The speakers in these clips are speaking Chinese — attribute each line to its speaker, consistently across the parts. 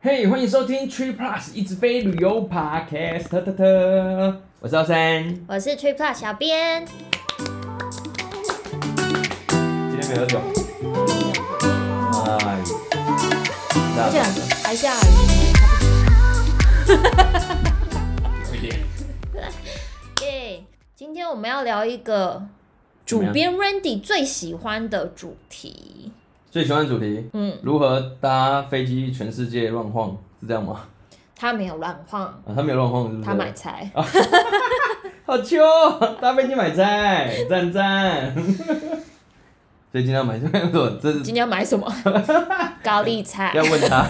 Speaker 1: 嘿欢迎收听 Tree Plus 一直飞旅游 Podcast，特特特，我是奥森。
Speaker 2: 我是 Trip Plus 小编，
Speaker 1: 今天没喝酒。哎，那
Speaker 2: 而且还下雨，
Speaker 1: 有一点
Speaker 2: 耶！今天我们要聊一个
Speaker 1: 怎么
Speaker 2: 主
Speaker 1: 样
Speaker 2: 编 Randy 最喜欢的主题，
Speaker 1: 最喜欢的主题，
Speaker 2: 嗯，
Speaker 1: 如何搭飞机全世界乱晃，是这样吗？
Speaker 2: 他没有乱晃，
Speaker 1: 啊，他没有乱晃，是不是？
Speaker 2: 他买菜，
Speaker 1: 啊好秋哦，搭飞机买菜， 赞赞。所以今天要买菜，这是
Speaker 2: 今天要买什 么？高丽菜
Speaker 1: 要，问 他。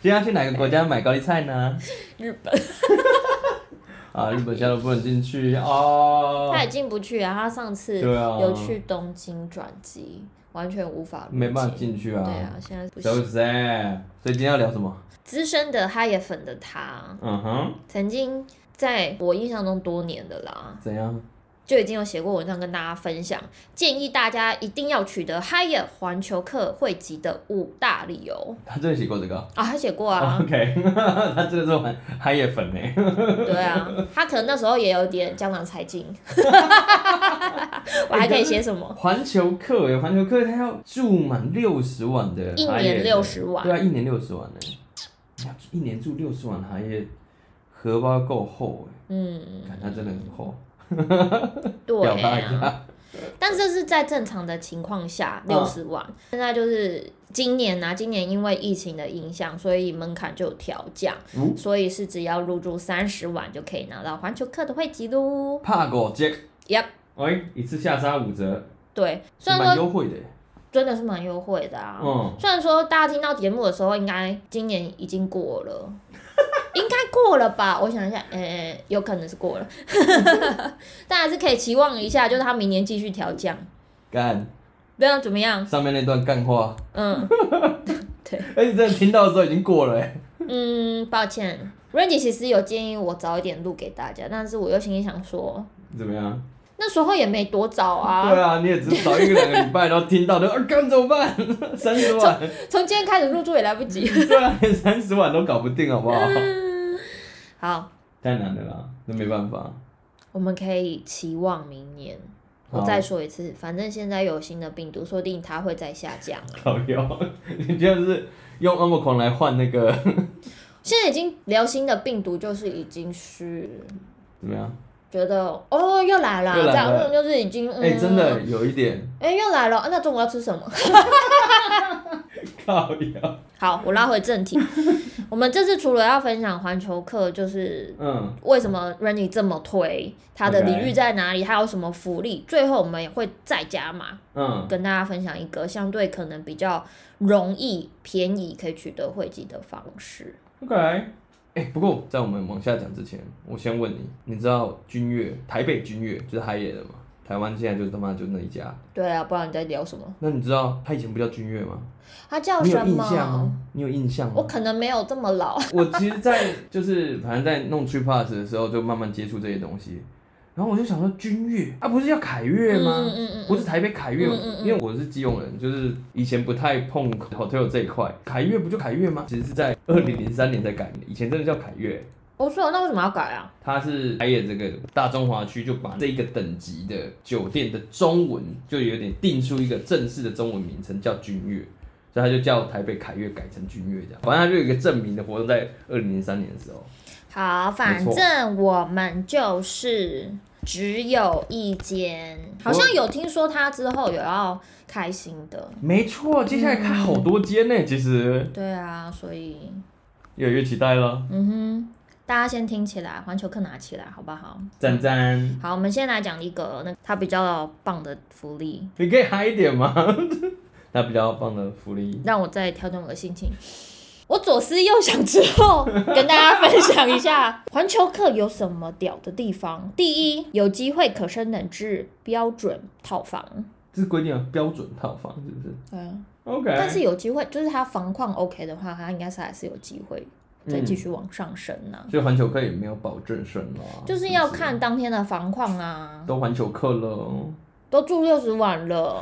Speaker 1: 今天要去哪个国家买高丽菜呢？
Speaker 2: 日本，
Speaker 1: 啊，日本现在都不能进去哦
Speaker 2: 他，也进不去啊，他上次
Speaker 1: 对啊
Speaker 2: 有去东京转机，完全无法入
Speaker 1: 没办法进去啊
Speaker 2: 对啊，现在不
Speaker 1: 是不
Speaker 2: 行。
Speaker 1: 是？所以今天要聊什么？
Speaker 2: 资深的他也粉的他，
Speaker 1: 嗯哼，
Speaker 2: 曾经在我印象中多年的啦，
Speaker 1: 怎样？
Speaker 2: 就已经有写过文章跟大家分享，建议大家一定要取得 Hyatt 环球客汇集的五大理由
Speaker 1: 他真的写过这个啊
Speaker 2: 啊，他写过啊，
Speaker 1: ？OK，他真的是玩哈夜粉欸呢。
Speaker 2: 对啊，他可能那时候也有点江郎才尽，我还可以写什么？
Speaker 1: 环球客耶，环球客他要住满六十晚的，
Speaker 2: 一
Speaker 1: 哈耶
Speaker 2: 年六十
Speaker 1: 哎
Speaker 2: 晚
Speaker 1: 对啊，一年六十晚呢，要住一年住六十晚，哈耶荷包够厚
Speaker 2: 嗯，
Speaker 1: 哎，看他真的很厚，
Speaker 2: 对
Speaker 1: 表达一
Speaker 2: 啊，
Speaker 1: 下，
Speaker 2: 但这是在正常的情况下
Speaker 1: 嗯
Speaker 2: 六十万，现在就是今年啊，今年因为疫情的影响，所以门槛就有调降，
Speaker 1: 嗯
Speaker 2: 所以是只要入住三十晚就可以拿到环球客的汇集喽。
Speaker 1: 怕狗 Jack，
Speaker 2: Yep，
Speaker 1: 哎，一次下杀五折，
Speaker 2: 对，虽然说
Speaker 1: 蛮优惠的欸耶，
Speaker 2: 真的是蛮优惠的啊。
Speaker 1: 嗯，
Speaker 2: 虽然说大家听到节目的时候，应该今年已经过了，应该过了吧？我想一下，呃、有可能是过了， 但还是可以期望一下，就是他明年继续调降，
Speaker 1: 干
Speaker 2: 对啊，怎么样？
Speaker 1: 上面那段干话，
Speaker 2: 嗯对，
Speaker 1: 而且真的听到的时候已经过了哎，
Speaker 2: 嗯，抱歉，Randy 其实有建议我早一点录给大家，但是我又心里想说，
Speaker 1: 怎么样？
Speaker 2: 那时候也没多早
Speaker 1: 对
Speaker 2: 啊，
Speaker 1: 啊，你也只少一个两个礼拜，然后听到就啊， 干怎么办？三十万，
Speaker 2: 从今天开始入住也来不及。
Speaker 1: 对啊，连三十万都搞不定，好不好？
Speaker 2: 嗯好，
Speaker 1: 太难了啦，那没办法。
Speaker 2: 我们可以期望明年。
Speaker 1: 好
Speaker 2: 我再说一次，反正现在有新的病毒，说不定它会再下降啊。
Speaker 1: 搞腰， 你就是用 Omicron 来换那个
Speaker 2: 现在已经流行的病毒就是已经是
Speaker 1: 怎么样？
Speaker 2: 觉得哦又来了，
Speaker 1: 又来了
Speaker 2: 这样嗯就是已经嗯，
Speaker 1: 哎、真的有一点
Speaker 2: 哎、又来了，啊那中午要吃什么？
Speaker 1: 搞腰。
Speaker 2: 好，我拉回 正题。我们这次除了要分享环球客，就是
Speaker 1: 嗯，
Speaker 2: 为什么 Renny 这么推，它的
Speaker 1: OK
Speaker 2: 领域在哪里，还有什么福利，最后我们也会再加码，
Speaker 1: 嗯，
Speaker 2: 跟大家分享一个相对可能比较容易、便宜可以取得汇集的方式。
Speaker 1: OK。哎、不过在我们往下讲之前，我先问你，你知道君悦台北君悦就是海野的吗？台湾现在就他妈就那一家。
Speaker 2: 对啊，不然你在聊什么？
Speaker 1: 那你知道他以前不叫君悦吗？
Speaker 2: 它叫
Speaker 1: 你
Speaker 2: 什
Speaker 1: 有印象啊
Speaker 2: 么？
Speaker 1: 吗？你有印象
Speaker 2: 我
Speaker 1: 吗？
Speaker 2: 可能没有这么老。
Speaker 1: 我其实在，就是反正在弄 Trip Pass 的时候，就慢慢接触这些东西。然后我就想说，君悦啊，不是叫凯悦吗？
Speaker 2: 嗯嗯嗯
Speaker 1: 不是台北凯悦，
Speaker 2: 嗯嗯嗯
Speaker 1: 因为我是基隆人，就是以前不太碰 hotel 这一块。凯悦不就凯悦吗？其实是在二零零三年才改，以前真的叫凯悦。
Speaker 2: 我说那为什么要改啊？
Speaker 1: 它是开业这个大中华区，就把这个等级的酒店的中文就有点定出一个正式的中文名称，叫君悦，所以它就叫台北凯悦改成君悦这样。反正它就有一个证明的活动，在二零零三年的时候。
Speaker 2: 好，反正我们就是只有一间，好像有听说他之后有要开新的。
Speaker 1: 没错，接下来开好多间呢、其实
Speaker 2: 对啊，所以
Speaker 1: 越来越期待了。
Speaker 2: 嗯哼，大家先听起来，环球客拿起来好不好？
Speaker 1: 赞赞，
Speaker 2: 好，我们先来讲一个那它比较棒的福利，
Speaker 1: 你可以嗨一点吗？ 那比较棒的福利，
Speaker 2: 让我再调整我的心情。 我左思右想之后， 跟大家分享一下环球客有什么屌的地方。第一，有机会可升等至标准套房。
Speaker 1: 这是规定的标准套房是不是
Speaker 2: 嗯，
Speaker 1: ？OK，
Speaker 2: 但是有机会，就是他房况 OK 的话，他应该是还是有机会再继续往上升呢、
Speaker 1: 所以环球客也没有保证什么啊，
Speaker 2: 就是要看当天的房况啊，
Speaker 1: 都环球客了哦。
Speaker 2: 都住六十晚了，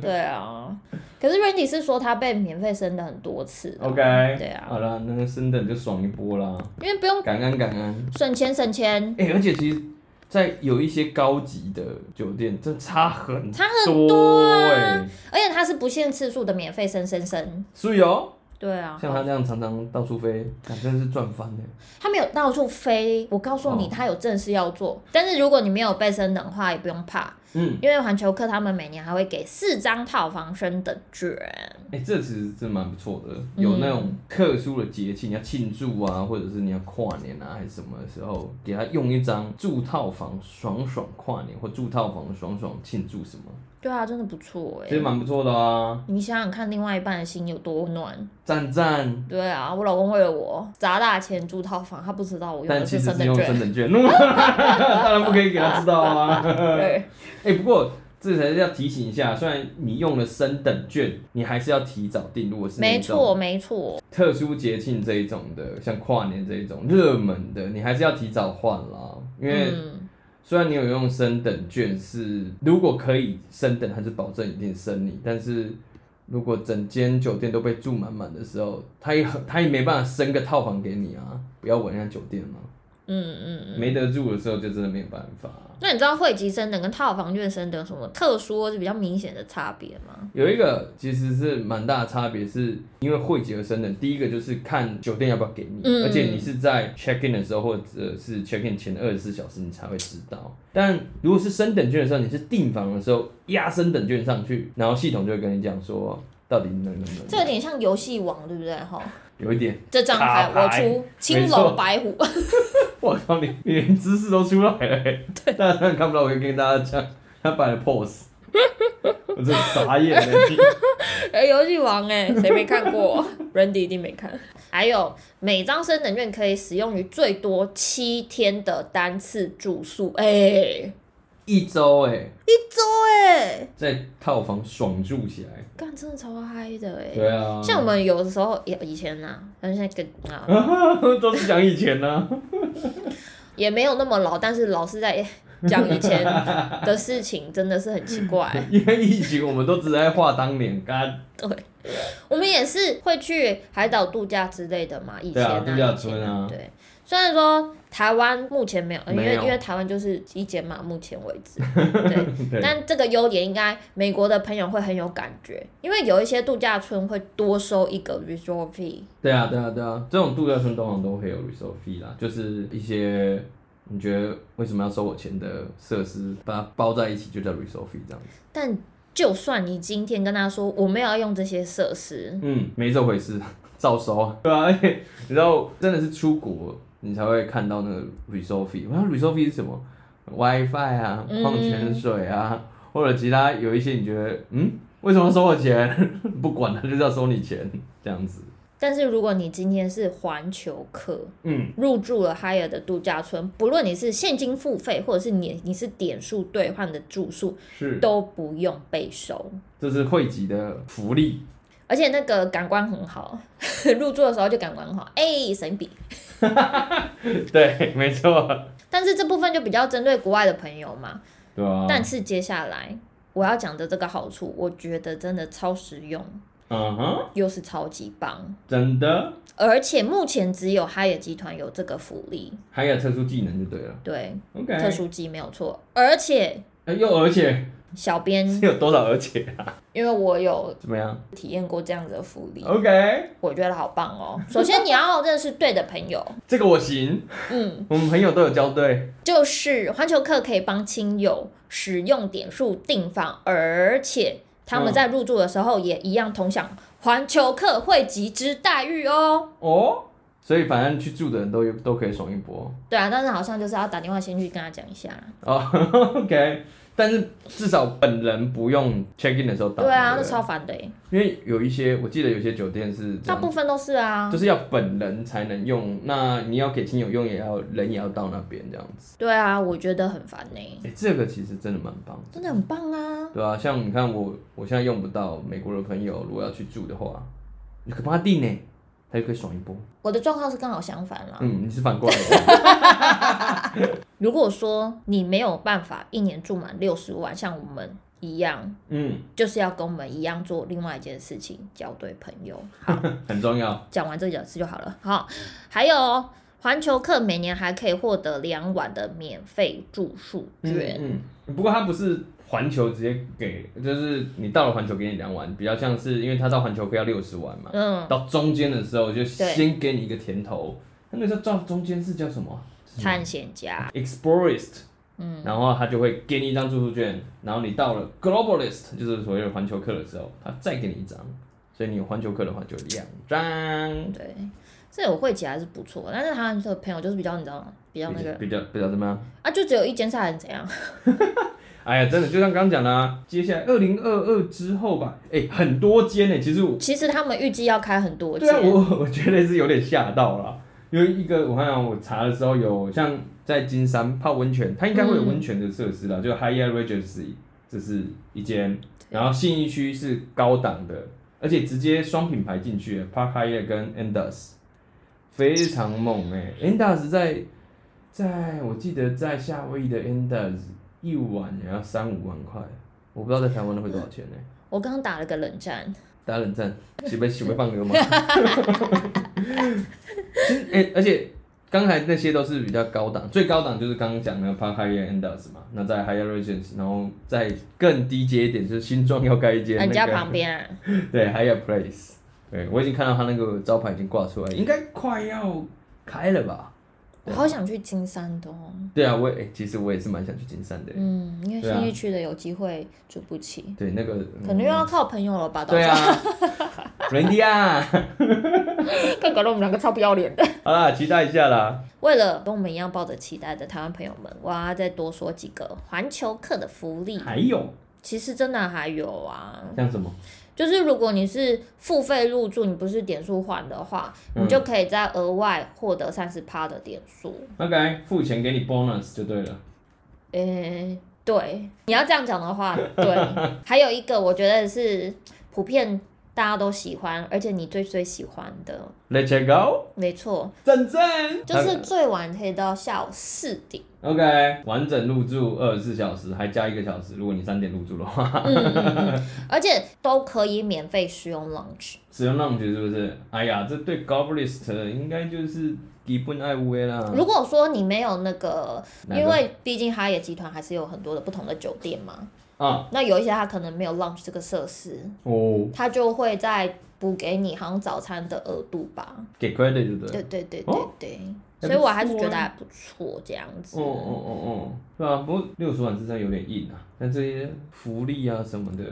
Speaker 2: 对啊，可是 Randy 是说他被免费升等很多次的
Speaker 1: OK，
Speaker 2: 对啊嗯
Speaker 1: 好啦，那个升等就爽一波啦，
Speaker 2: 因为不用
Speaker 1: 感恩感恩。
Speaker 2: 省钱省钱，
Speaker 1: 哎、而且其实，在有一些高级的酒店，真差很
Speaker 2: 差啊
Speaker 1: 很多哎、
Speaker 2: 而且他是不限次数的免费升升升。
Speaker 1: 所以哦，
Speaker 2: 对啊，
Speaker 1: 像他这样常常到处飞，啊真的是赚翻了。
Speaker 2: 他没有到处飞，我告诉你，
Speaker 1: 哦
Speaker 2: 他有正事要做。但是如果你没有被升等的话，也不用怕，
Speaker 1: 嗯，
Speaker 2: 因为环球客他们每年还会给四张套房升等券。
Speaker 1: 哎、这其实真蛮不错的，
Speaker 2: 嗯
Speaker 1: 有那种特殊的节庆，你要庆祝啊，或者是你要跨年啊，还是什么的时候，给他用一张住套房爽爽跨年，或住套房爽爽庆祝什么，
Speaker 2: 对啊，真的不错哎、
Speaker 1: 其实蛮不错的啊，
Speaker 2: 你想想看，另外一半的心有多暖？
Speaker 1: 赞赞。
Speaker 2: 对啊，我老公为了我砸大钱住套房，他不知道我用
Speaker 1: 但
Speaker 2: 的
Speaker 1: 其
Speaker 2: 是
Speaker 1: 实
Speaker 2: 升
Speaker 1: 是用
Speaker 2: 等
Speaker 1: 升
Speaker 2: 券。
Speaker 1: 等券， 当然不可以给他知道啊。
Speaker 2: 对，
Speaker 1: 哎、不过这才是要提醒一下，虽然你用了升等券，你还是要提早订。如果是
Speaker 2: 没
Speaker 1: 那
Speaker 2: 错
Speaker 1: 种
Speaker 2: 没错，
Speaker 1: 特殊节庆这一种的，像跨年这一种热门的，你还是要提早换啦。因为
Speaker 2: 嗯，
Speaker 1: 虽然你有用升等券是，如果可以升等，还是保证一定升你，但是。如果整间酒店都被住满满的时候，他也很他也没办法升个套房给你啊！不要玩人家酒店嘛，
Speaker 2: 嗯嗯嗯。
Speaker 1: 没得住的时候就真的没有办法、
Speaker 2: 那你知道汇集升等跟套房券升等有什么特殊或是比较明显的差别吗？
Speaker 1: 有一个其实是蛮大的差别，是因为汇集而生的。第一个就是看酒店要不要给你，
Speaker 2: 嗯
Speaker 1: 而且你是在 check in 的时候或者是 check in 前二十四小时你才会知道。但如果是升等券的时候，你是订房的时候压升等券上去，然后系统就会跟你讲说到底能不能
Speaker 2: 这有点像游戏王，对不对？哈，
Speaker 1: 有一点，
Speaker 2: 这张牌
Speaker 1: 卡
Speaker 2: 我
Speaker 1: 牌
Speaker 2: 出青
Speaker 1: 没错
Speaker 2: 龙 白虎，
Speaker 1: 我靠你，你连姿势都出来了、欸，大家当然看不到，我就跟大家讲，他摆了 pose，我真的傻眼了、你
Speaker 2: 哎，游戏王哎、谁没看过 ？Randy 一定没看。还有每张升等券可以使用于最多七天的单次住宿，哎、
Speaker 1: 一周哎、
Speaker 2: 一周哎、
Speaker 1: 在套房爽住起来。
Speaker 2: 干真的超嗨的哎、
Speaker 1: 对啊，
Speaker 2: 像我们有的时候也以前呐、啊，但是现在更 啊
Speaker 1: 都是讲以前呢、啊。
Speaker 2: 也没有那么老，但是老是在哎讲以前的事情，真的是很奇怪。
Speaker 1: 因为疫情，我们都只在画当年，干
Speaker 2: 对，我们也是会去海岛度假之类的嘛，以前
Speaker 1: 对啊度假
Speaker 2: 以前
Speaker 1: 村啊
Speaker 2: 对。虽然说台湾目前没有，因
Speaker 1: 没
Speaker 2: 为
Speaker 1: 有
Speaker 2: 因为台湾就是一间嘛，目前为止，对。
Speaker 1: 对，
Speaker 2: 但这个优点应该美国的朋友会很有感觉，因为有一些度假村会多收一个 resort fee，
Speaker 1: 对啊，对啊，对啊，这种度假村通常都会有 resort fee 啦，就是一些你觉得为什么要收我钱的设施，把它包在一起就叫 resort fee 这样子。
Speaker 2: 但就算你今天跟他说我们要用这些设施，
Speaker 1: 嗯，没这回事， 照收啊。对啊，而且你知道，真的是出国你才会看到那个 resort fee。我想 resort fee 是什么？WiFi 啊，
Speaker 2: 嗯
Speaker 1: 矿泉水啊，或者其他有一些你觉得，嗯，为什么要收我钱？ 不管他就是要收你钱这样子。
Speaker 2: 但是如果你今天是环球客，
Speaker 1: 嗯，
Speaker 2: 入住了 Higher 的度假村，不论你是现金付费，或者是你你是点数兑换的住宿，
Speaker 1: 是，
Speaker 2: 都不用被收。
Speaker 1: 这是汇集的福利。
Speaker 2: 而且那个感官很好， 入住的时候就感官很好，哎、神笔。
Speaker 1: 对，没错。
Speaker 2: 但是这部分就比较针对国外的朋友嘛。
Speaker 1: 对啊。
Speaker 2: 但是接下来我要讲的这个好处，我觉得真的超实用，
Speaker 1: 嗯哼，
Speaker 2: 又是超级棒，
Speaker 1: 真的，
Speaker 2: 而且目前只有 Higher 集团有这个福利，
Speaker 1: 还有特殊技能就对了。
Speaker 2: 对，
Speaker 1: OK。
Speaker 2: 特殊机没有错。而且
Speaker 1: 哎又而且
Speaker 2: 小
Speaker 1: 是
Speaker 2: 编，
Speaker 1: 有多少而且啊？
Speaker 2: 因为我有
Speaker 1: 怎么样
Speaker 2: 体验过这样子的福
Speaker 1: 哦
Speaker 2: 利，
Speaker 1: ？OK，
Speaker 2: 我觉得好棒哦。首先你要认识对的朋友，
Speaker 1: 这个我行，
Speaker 2: 嗯，
Speaker 1: 我们朋友都有交对。
Speaker 2: 就是环球客可以帮亲友使用点数订房，而且他们在入住的时候也一样同享环球客汇集之待遇哦。
Speaker 1: 哦，所以反正去住的人都有都可以爽一波
Speaker 2: 对啊，但是好像就是要打电话先去跟他讲一下。
Speaker 1: 哦。OK，但是至少本人不用 check in 的时候打。
Speaker 2: 对啊，
Speaker 1: 不
Speaker 2: 那超烦的欸，
Speaker 1: 因为有一些我记得有些酒店是这
Speaker 2: 大
Speaker 1: 样，
Speaker 2: 部分都是啊
Speaker 1: 就。是要本人才能用，那你要给亲友用也要人也要到那边这样子。
Speaker 2: 对啊，我觉得很烦呢，
Speaker 1: 哎、这个其实真的蛮棒的。
Speaker 2: 嗯真的很棒啊。
Speaker 1: 对啊，像你看我，我现在用不到美国的朋友，如果要去住的话，你可以帮他订呢，他就可以爽一波。
Speaker 2: 我的状况是刚好相反啦。
Speaker 1: 嗯，你是反过来的，
Speaker 2: 如果说你没有办法一年住满六十万，像我们一样，
Speaker 1: 嗯，
Speaker 2: 就是要跟我们一样做另外一件事情，交对朋友。好，
Speaker 1: 很重要。
Speaker 2: 讲完这两次就好了。好，还有哦环球客每年还可以获得两晚的免费住宿券。
Speaker 1: 嗯，嗯不过它不是环球直接给，就是你到了环球给你两万，比较像是因为它到环球可以要六十万嘛，
Speaker 2: 嗯，
Speaker 1: 到中间的时候就
Speaker 2: 对
Speaker 1: 先给你一个甜头。那个叫到中间是叫什么啊？是什么
Speaker 2: 探险家，
Speaker 1: Explorist，
Speaker 2: 嗯，
Speaker 1: 然后他就会给你一张住宿券，然后你到了 Globalist，就是所谓的环球客的时候，他再给你一张，所以你有环球客的话就两张，
Speaker 2: 对，这我会起来是不错，但是他的朋友就是比较你知道吗？比较那个
Speaker 1: 比较比较怎么样？
Speaker 2: 啊，就只有一间菜能怎样？
Speaker 1: 哎呀，真的就像刚刚讲的、啊，接下来二零二二之后吧，哎、很多间呢、其实我
Speaker 2: 其实他们预计要开很多
Speaker 1: 对
Speaker 2: 间
Speaker 1: 啊，，我 我觉得是有点吓到了，因为一个我看看我查的时候有像在金山泡温泉，它应该会有温泉的设施啦，就 High Regency 这是一间，然后信义区是高档的，而且直接双品牌进去，Park Hyatt 跟 Andaz，非常猛哎、欸、，Andaz 在在我记得在夏威夷的 Andaz 一晚也要三五万块，我不知道在台湾的会多少钱欸呢、
Speaker 2: 我刚刚打了个冷战，
Speaker 1: 打冷战，准备准备放歌吗？其实，哎、而且刚才那些都是比较高档，最高档就是刚刚讲的 Park Higher Enders 嘛，那在 Higher Regions，然后再更低阶一点就是新庄要盖一间那
Speaker 2: 人
Speaker 1: 个
Speaker 2: 家旁边啊，
Speaker 1: 对 Higher Place，对我已经看到他那个招牌已经挂出来，应该快要开了吧？
Speaker 2: 我
Speaker 1: 啊
Speaker 2: 好想去金山的哦。
Speaker 1: 对啊，我也、哎其实我也是蛮想去金山的，
Speaker 2: 嗯，因为
Speaker 1: 对啊嗯
Speaker 2: 新义区的有机会住不起，
Speaker 1: 对那个、
Speaker 2: 可能又要靠朋友了吧？到
Speaker 1: 对
Speaker 2: 时
Speaker 1: 啊，人家
Speaker 2: 候，
Speaker 1: 啊
Speaker 2: 更搞得我们两个超不要脸的。
Speaker 1: 好啦，期待一下啦，
Speaker 2: 为了跟我们一样抱着期待的台湾朋友们，我要再多说几个环球客的福利。
Speaker 1: 还有
Speaker 2: 其实真的还有啊，
Speaker 1: 像什么？
Speaker 2: 就是如果你是付费入住，你不是点数换的话，
Speaker 1: 嗯
Speaker 2: 你就可以再额外获得三十趴的点数。
Speaker 1: OK，付钱给你 bonus 就对了。
Speaker 2: 诶、对，你要这样讲的话，对。还有一个，我觉得是普遍大家都喜欢，而且你最最喜欢的，
Speaker 1: Let's check go，
Speaker 2: 没错，
Speaker 1: 正正
Speaker 2: 就是最晚可以到下午四点。
Speaker 1: OK，完整入住二十四小时，还加一个小时，如果你三点入住的话，
Speaker 2: 嗯嗯嗯嗯，而且都可以免费使用 lunch。
Speaker 1: 使用 lounge 是不是？哎呀，这对 Goblist 应该就是基本爱乌啦。
Speaker 2: 如果说你没有那个，
Speaker 1: 哪个
Speaker 2: 因为毕竟哈野集团还是有很多的不同的酒店嘛，
Speaker 1: 啊
Speaker 2: 那有一些它可能没有 lunch 这个设施，
Speaker 1: 哦，
Speaker 2: 它就会再补给你好像早餐的额度吧。
Speaker 1: 给 credit 就对
Speaker 2: 对
Speaker 1: 了。
Speaker 2: 对对对
Speaker 1: 哦
Speaker 2: 对，
Speaker 1: 还
Speaker 2: 所以
Speaker 1: 不
Speaker 2: 我还是
Speaker 1: 错
Speaker 2: 觉
Speaker 1: 啊
Speaker 2: 得还不错这样子
Speaker 1: 哦。哦哦哦，对啊，不过六十万真的有点硬啊，但这些福利啊什么的，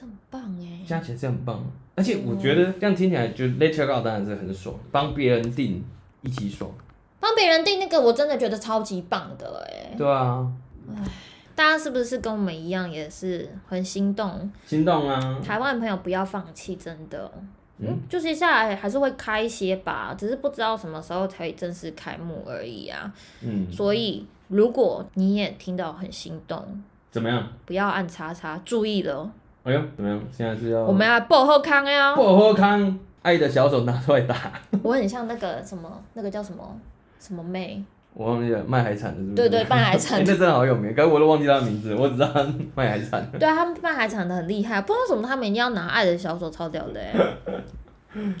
Speaker 1: 嗯
Speaker 2: 很棒哎！
Speaker 1: 加起来是很棒。而且我觉得这样听起来，就 Let's check go 当然是很爽，帮别人订一起爽，
Speaker 2: 帮别人订那个，我真的觉得超级棒的哎！
Speaker 1: 对啊，
Speaker 2: 大家是不是跟我们一样，也是很心动？
Speaker 1: 心动啊。
Speaker 2: 台湾朋友不要放弃，真的。
Speaker 1: 嗯
Speaker 2: 嗯，就接下来还是会开一些吧，只是不知道什么时候才正式开幕而已啊。
Speaker 1: 嗯，
Speaker 2: 所以，如果你也听到很心动，
Speaker 1: 怎么样？
Speaker 2: 不要按叉叉，注意了，
Speaker 1: 哎呦，怎么样？现在是要
Speaker 2: 我们要爆后康
Speaker 1: 薄
Speaker 2: 哟。
Speaker 1: 荷康爱的小手拿出来打，
Speaker 2: 我很像那个什么，那个叫什么什么妹，
Speaker 1: 我忘记了卖海产的是不是？
Speaker 2: 对对，办海
Speaker 1: 哎
Speaker 2: 产
Speaker 1: 那
Speaker 2: 的，
Speaker 1: 真的好有名，可是我都忘记他的名字，我只知道他 卖海产。
Speaker 2: 对啊，他们办海产的很厉害，不知道为什么他们一定要拿爱的小手超屌 的、欸。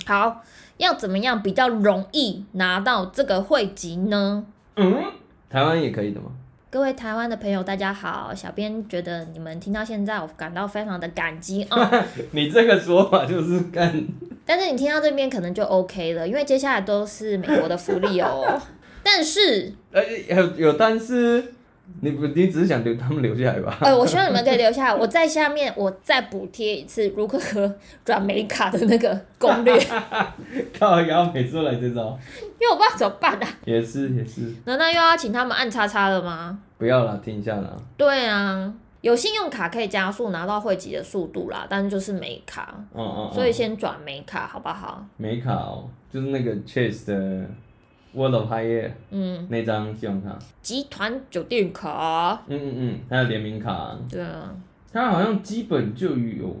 Speaker 2: 好，要怎么样比较容易拿到这个汇集呢？
Speaker 1: 嗯，台湾也可以的吗？
Speaker 2: 各位台湾的朋友，大家好，小编觉得你们听到现在，我感到非常的感激啊、
Speaker 1: 你这个说法就是干
Speaker 2: 但是你听到这边可能就 OK 了，因为接下来都是美国的福利哦。 但是，
Speaker 1: 呃有有，但是你不你只是想留他们留下来吧？
Speaker 2: 呃，我希望你们可以留下来，我在下面我再补贴一次如何转美卡的那个攻略，因
Speaker 1: 靠腰每次都来这招，
Speaker 2: 为我不知道怎么办啊。
Speaker 1: 也是也是，
Speaker 2: 难道又要请他们按叉叉了吗？
Speaker 1: 不要啦，听一下啦。
Speaker 2: 对啊，有信用卡可以加速拿到汇集的速度啦，但是就是美卡，
Speaker 1: 嗯嗯，嗯
Speaker 2: 所以先转美卡好不好？
Speaker 1: 美卡哦，就是那个 Chase 的 World of High Air
Speaker 2: 嗯，
Speaker 1: 那张信用卡，
Speaker 2: 集团酒店卡，
Speaker 1: 嗯嗯嗯，还有联名卡、
Speaker 2: 对啊，
Speaker 1: 它好像基本就有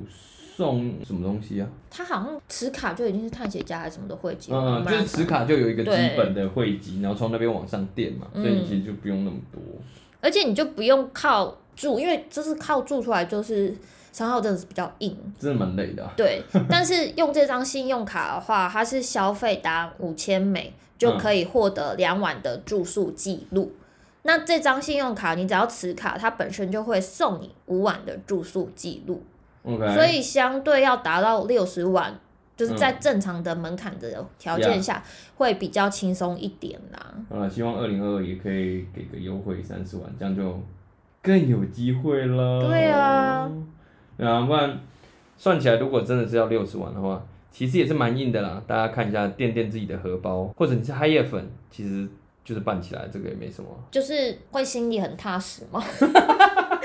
Speaker 1: 送什么东西啊？
Speaker 2: 它好像持卡就已经是探险家还是什么的汇集了，我
Speaker 1: 嗯，
Speaker 2: 们
Speaker 1: 就是
Speaker 2: 来
Speaker 1: 磁卡就有一个基
Speaker 2: 对
Speaker 1: 本的
Speaker 2: 嗯
Speaker 1: 汇集，然后从那边往上垫嘛，所以你其实就不用那么多。
Speaker 2: 而且你就不用靠住，因为就是靠住出来，就是三号真的是比较硬。
Speaker 1: 真的蛮累的啊、
Speaker 2: 对，但是用这张信用卡的话，它是消费达五千美就
Speaker 1: 嗯
Speaker 2: 可以获得两晚的住宿记录。那这张信用卡，你只要持卡，它本身就会送你五晚的住宿记录，
Speaker 1: OK，
Speaker 2: 所以相对要达到六十晚，就是在正常的门槛的条件下，会比较轻松一点啦。
Speaker 1: 好了，希望二零二二也可以给个优惠三十万，这样就更有机会了。
Speaker 2: 对啊，
Speaker 1: 对啊，不然算起来，如果真的是要六十万的话，其实也是蛮硬的啦。大家看一下垫垫自己的荷包，或者你是嗨夜粉，其实就是办起来这个也没什么。
Speaker 2: 就是会心里很踏实嘛。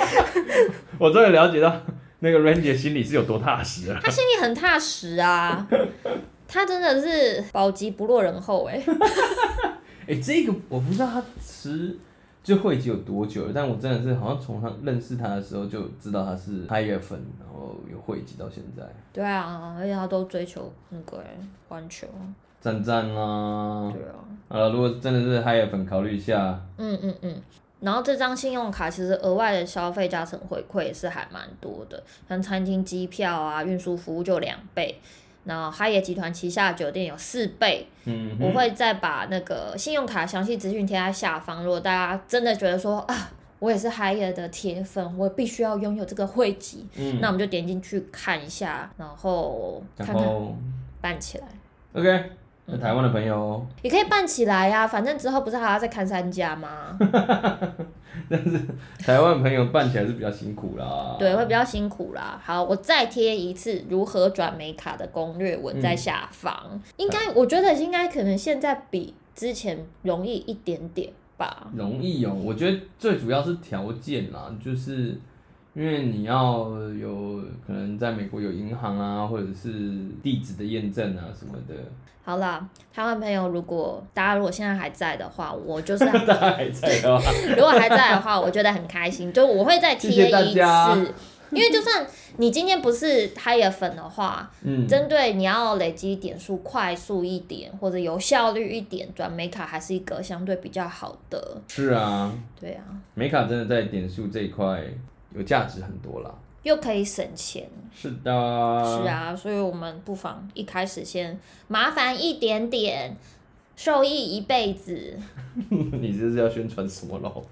Speaker 1: 我终于了解到那个 Randy 的心里是有多踏实了。
Speaker 2: 他心里很踏实啊，他真的是保级不落人后哎、
Speaker 1: 哎、这个我不知道他持就汇集有多久了，但我真的是好像从他认识他的时候就知道他是嗨夜粉，然后有汇集到现在。
Speaker 2: 对啊，而且他都追求那个欸环球，
Speaker 1: 赞赞啦！
Speaker 2: 对啊，
Speaker 1: 啊，如果真的是嗨夜粉，考虑一下。
Speaker 2: 嗯嗯嗯。然后这张信用卡其实额外的消费加成回馈也是还蛮多的，像餐厅机票啊、运输服务就两倍，然后哈野集团旗下酒店有四倍。
Speaker 1: 嗯
Speaker 2: 我会再把那个信用卡详细资讯贴在下方，如果大家真的觉得说啊，我也是哈野的铁粉，我必须要拥有这个汇集，
Speaker 1: 嗯，
Speaker 2: 那我们就点进去看一下，然后看
Speaker 1: 然
Speaker 2: 看
Speaker 1: 后
Speaker 2: 办起来。
Speaker 1: OK，那台湾的朋友，
Speaker 2: 也可以办起来呀、反正之后不是还要再看三家吗？
Speaker 1: 台湾的朋友办起来是比较辛苦啦。
Speaker 2: 对，会比较辛苦啦。好，我再贴一次如何转美卡的攻略文
Speaker 1: 嗯
Speaker 2: 在下方，应该我觉得应该可能现在比之前容易一点点吧。
Speaker 1: 容易哦，我觉得最主要是条件啦，就是因为你要有可能在美国有银行啊，或者是地址的验证啊什么的。
Speaker 2: 好啦，台湾朋友，如果大家如果现在还在的话，我就是
Speaker 1: 大家还在的话，
Speaker 2: 如果还在的话，我觉得很开心，就我会再
Speaker 1: 谢谢
Speaker 2: 贴
Speaker 1: 大
Speaker 2: 一次，
Speaker 1: 家
Speaker 2: 因为就算你今天不是嗨野粉的话，
Speaker 1: 嗯，
Speaker 2: 针对你要累积点数快速一点，或者有效率一点，转美卡还是一个相对比较好的。
Speaker 1: 是啊，
Speaker 2: 对啊，
Speaker 1: 美卡真的在点数这一块有价值很多啦。
Speaker 2: 又可以省钱。
Speaker 1: 是的，
Speaker 2: 是，啊，所以我们不妨一开始先麻烦一点点，受益一辈子。
Speaker 1: 你这是要宣传什么喽？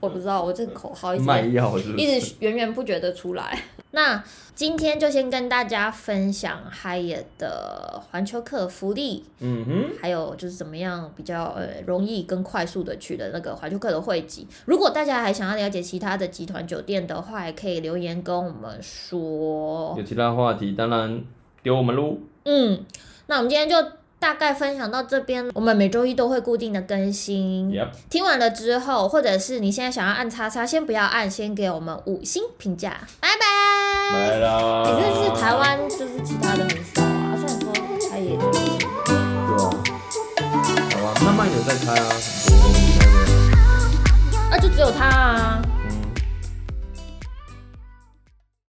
Speaker 2: 我不知道，我这口号一直
Speaker 1: 卖药是不
Speaker 2: 一
Speaker 1: 是？
Speaker 2: 直源源不绝的出来。 那今天就先跟大家分享嗨野的环球客福利。
Speaker 1: 嗯哼，
Speaker 2: 还有就是怎么样比较呃容易跟快速的取得那个怀旧客的汇集。如果大家还想要了解其他的集团酒店的话，也可以留言跟我们说
Speaker 1: 有。其他话题当然丢我们撸。
Speaker 2: 嗯，那我们今天就大概分享到这边。我们每周一都会固定的更新。
Speaker 1: Yep，
Speaker 2: 听完了之后，或者是你现在想要按叉叉，先不要按，先给我们五星评价，拜拜。
Speaker 1: 来啦。
Speaker 2: 你这是台湾，就是其他的很少啊。虽然说他也
Speaker 1: 对啊，台湾慢慢有在开啊，很多应该会
Speaker 2: 那就只有他啊。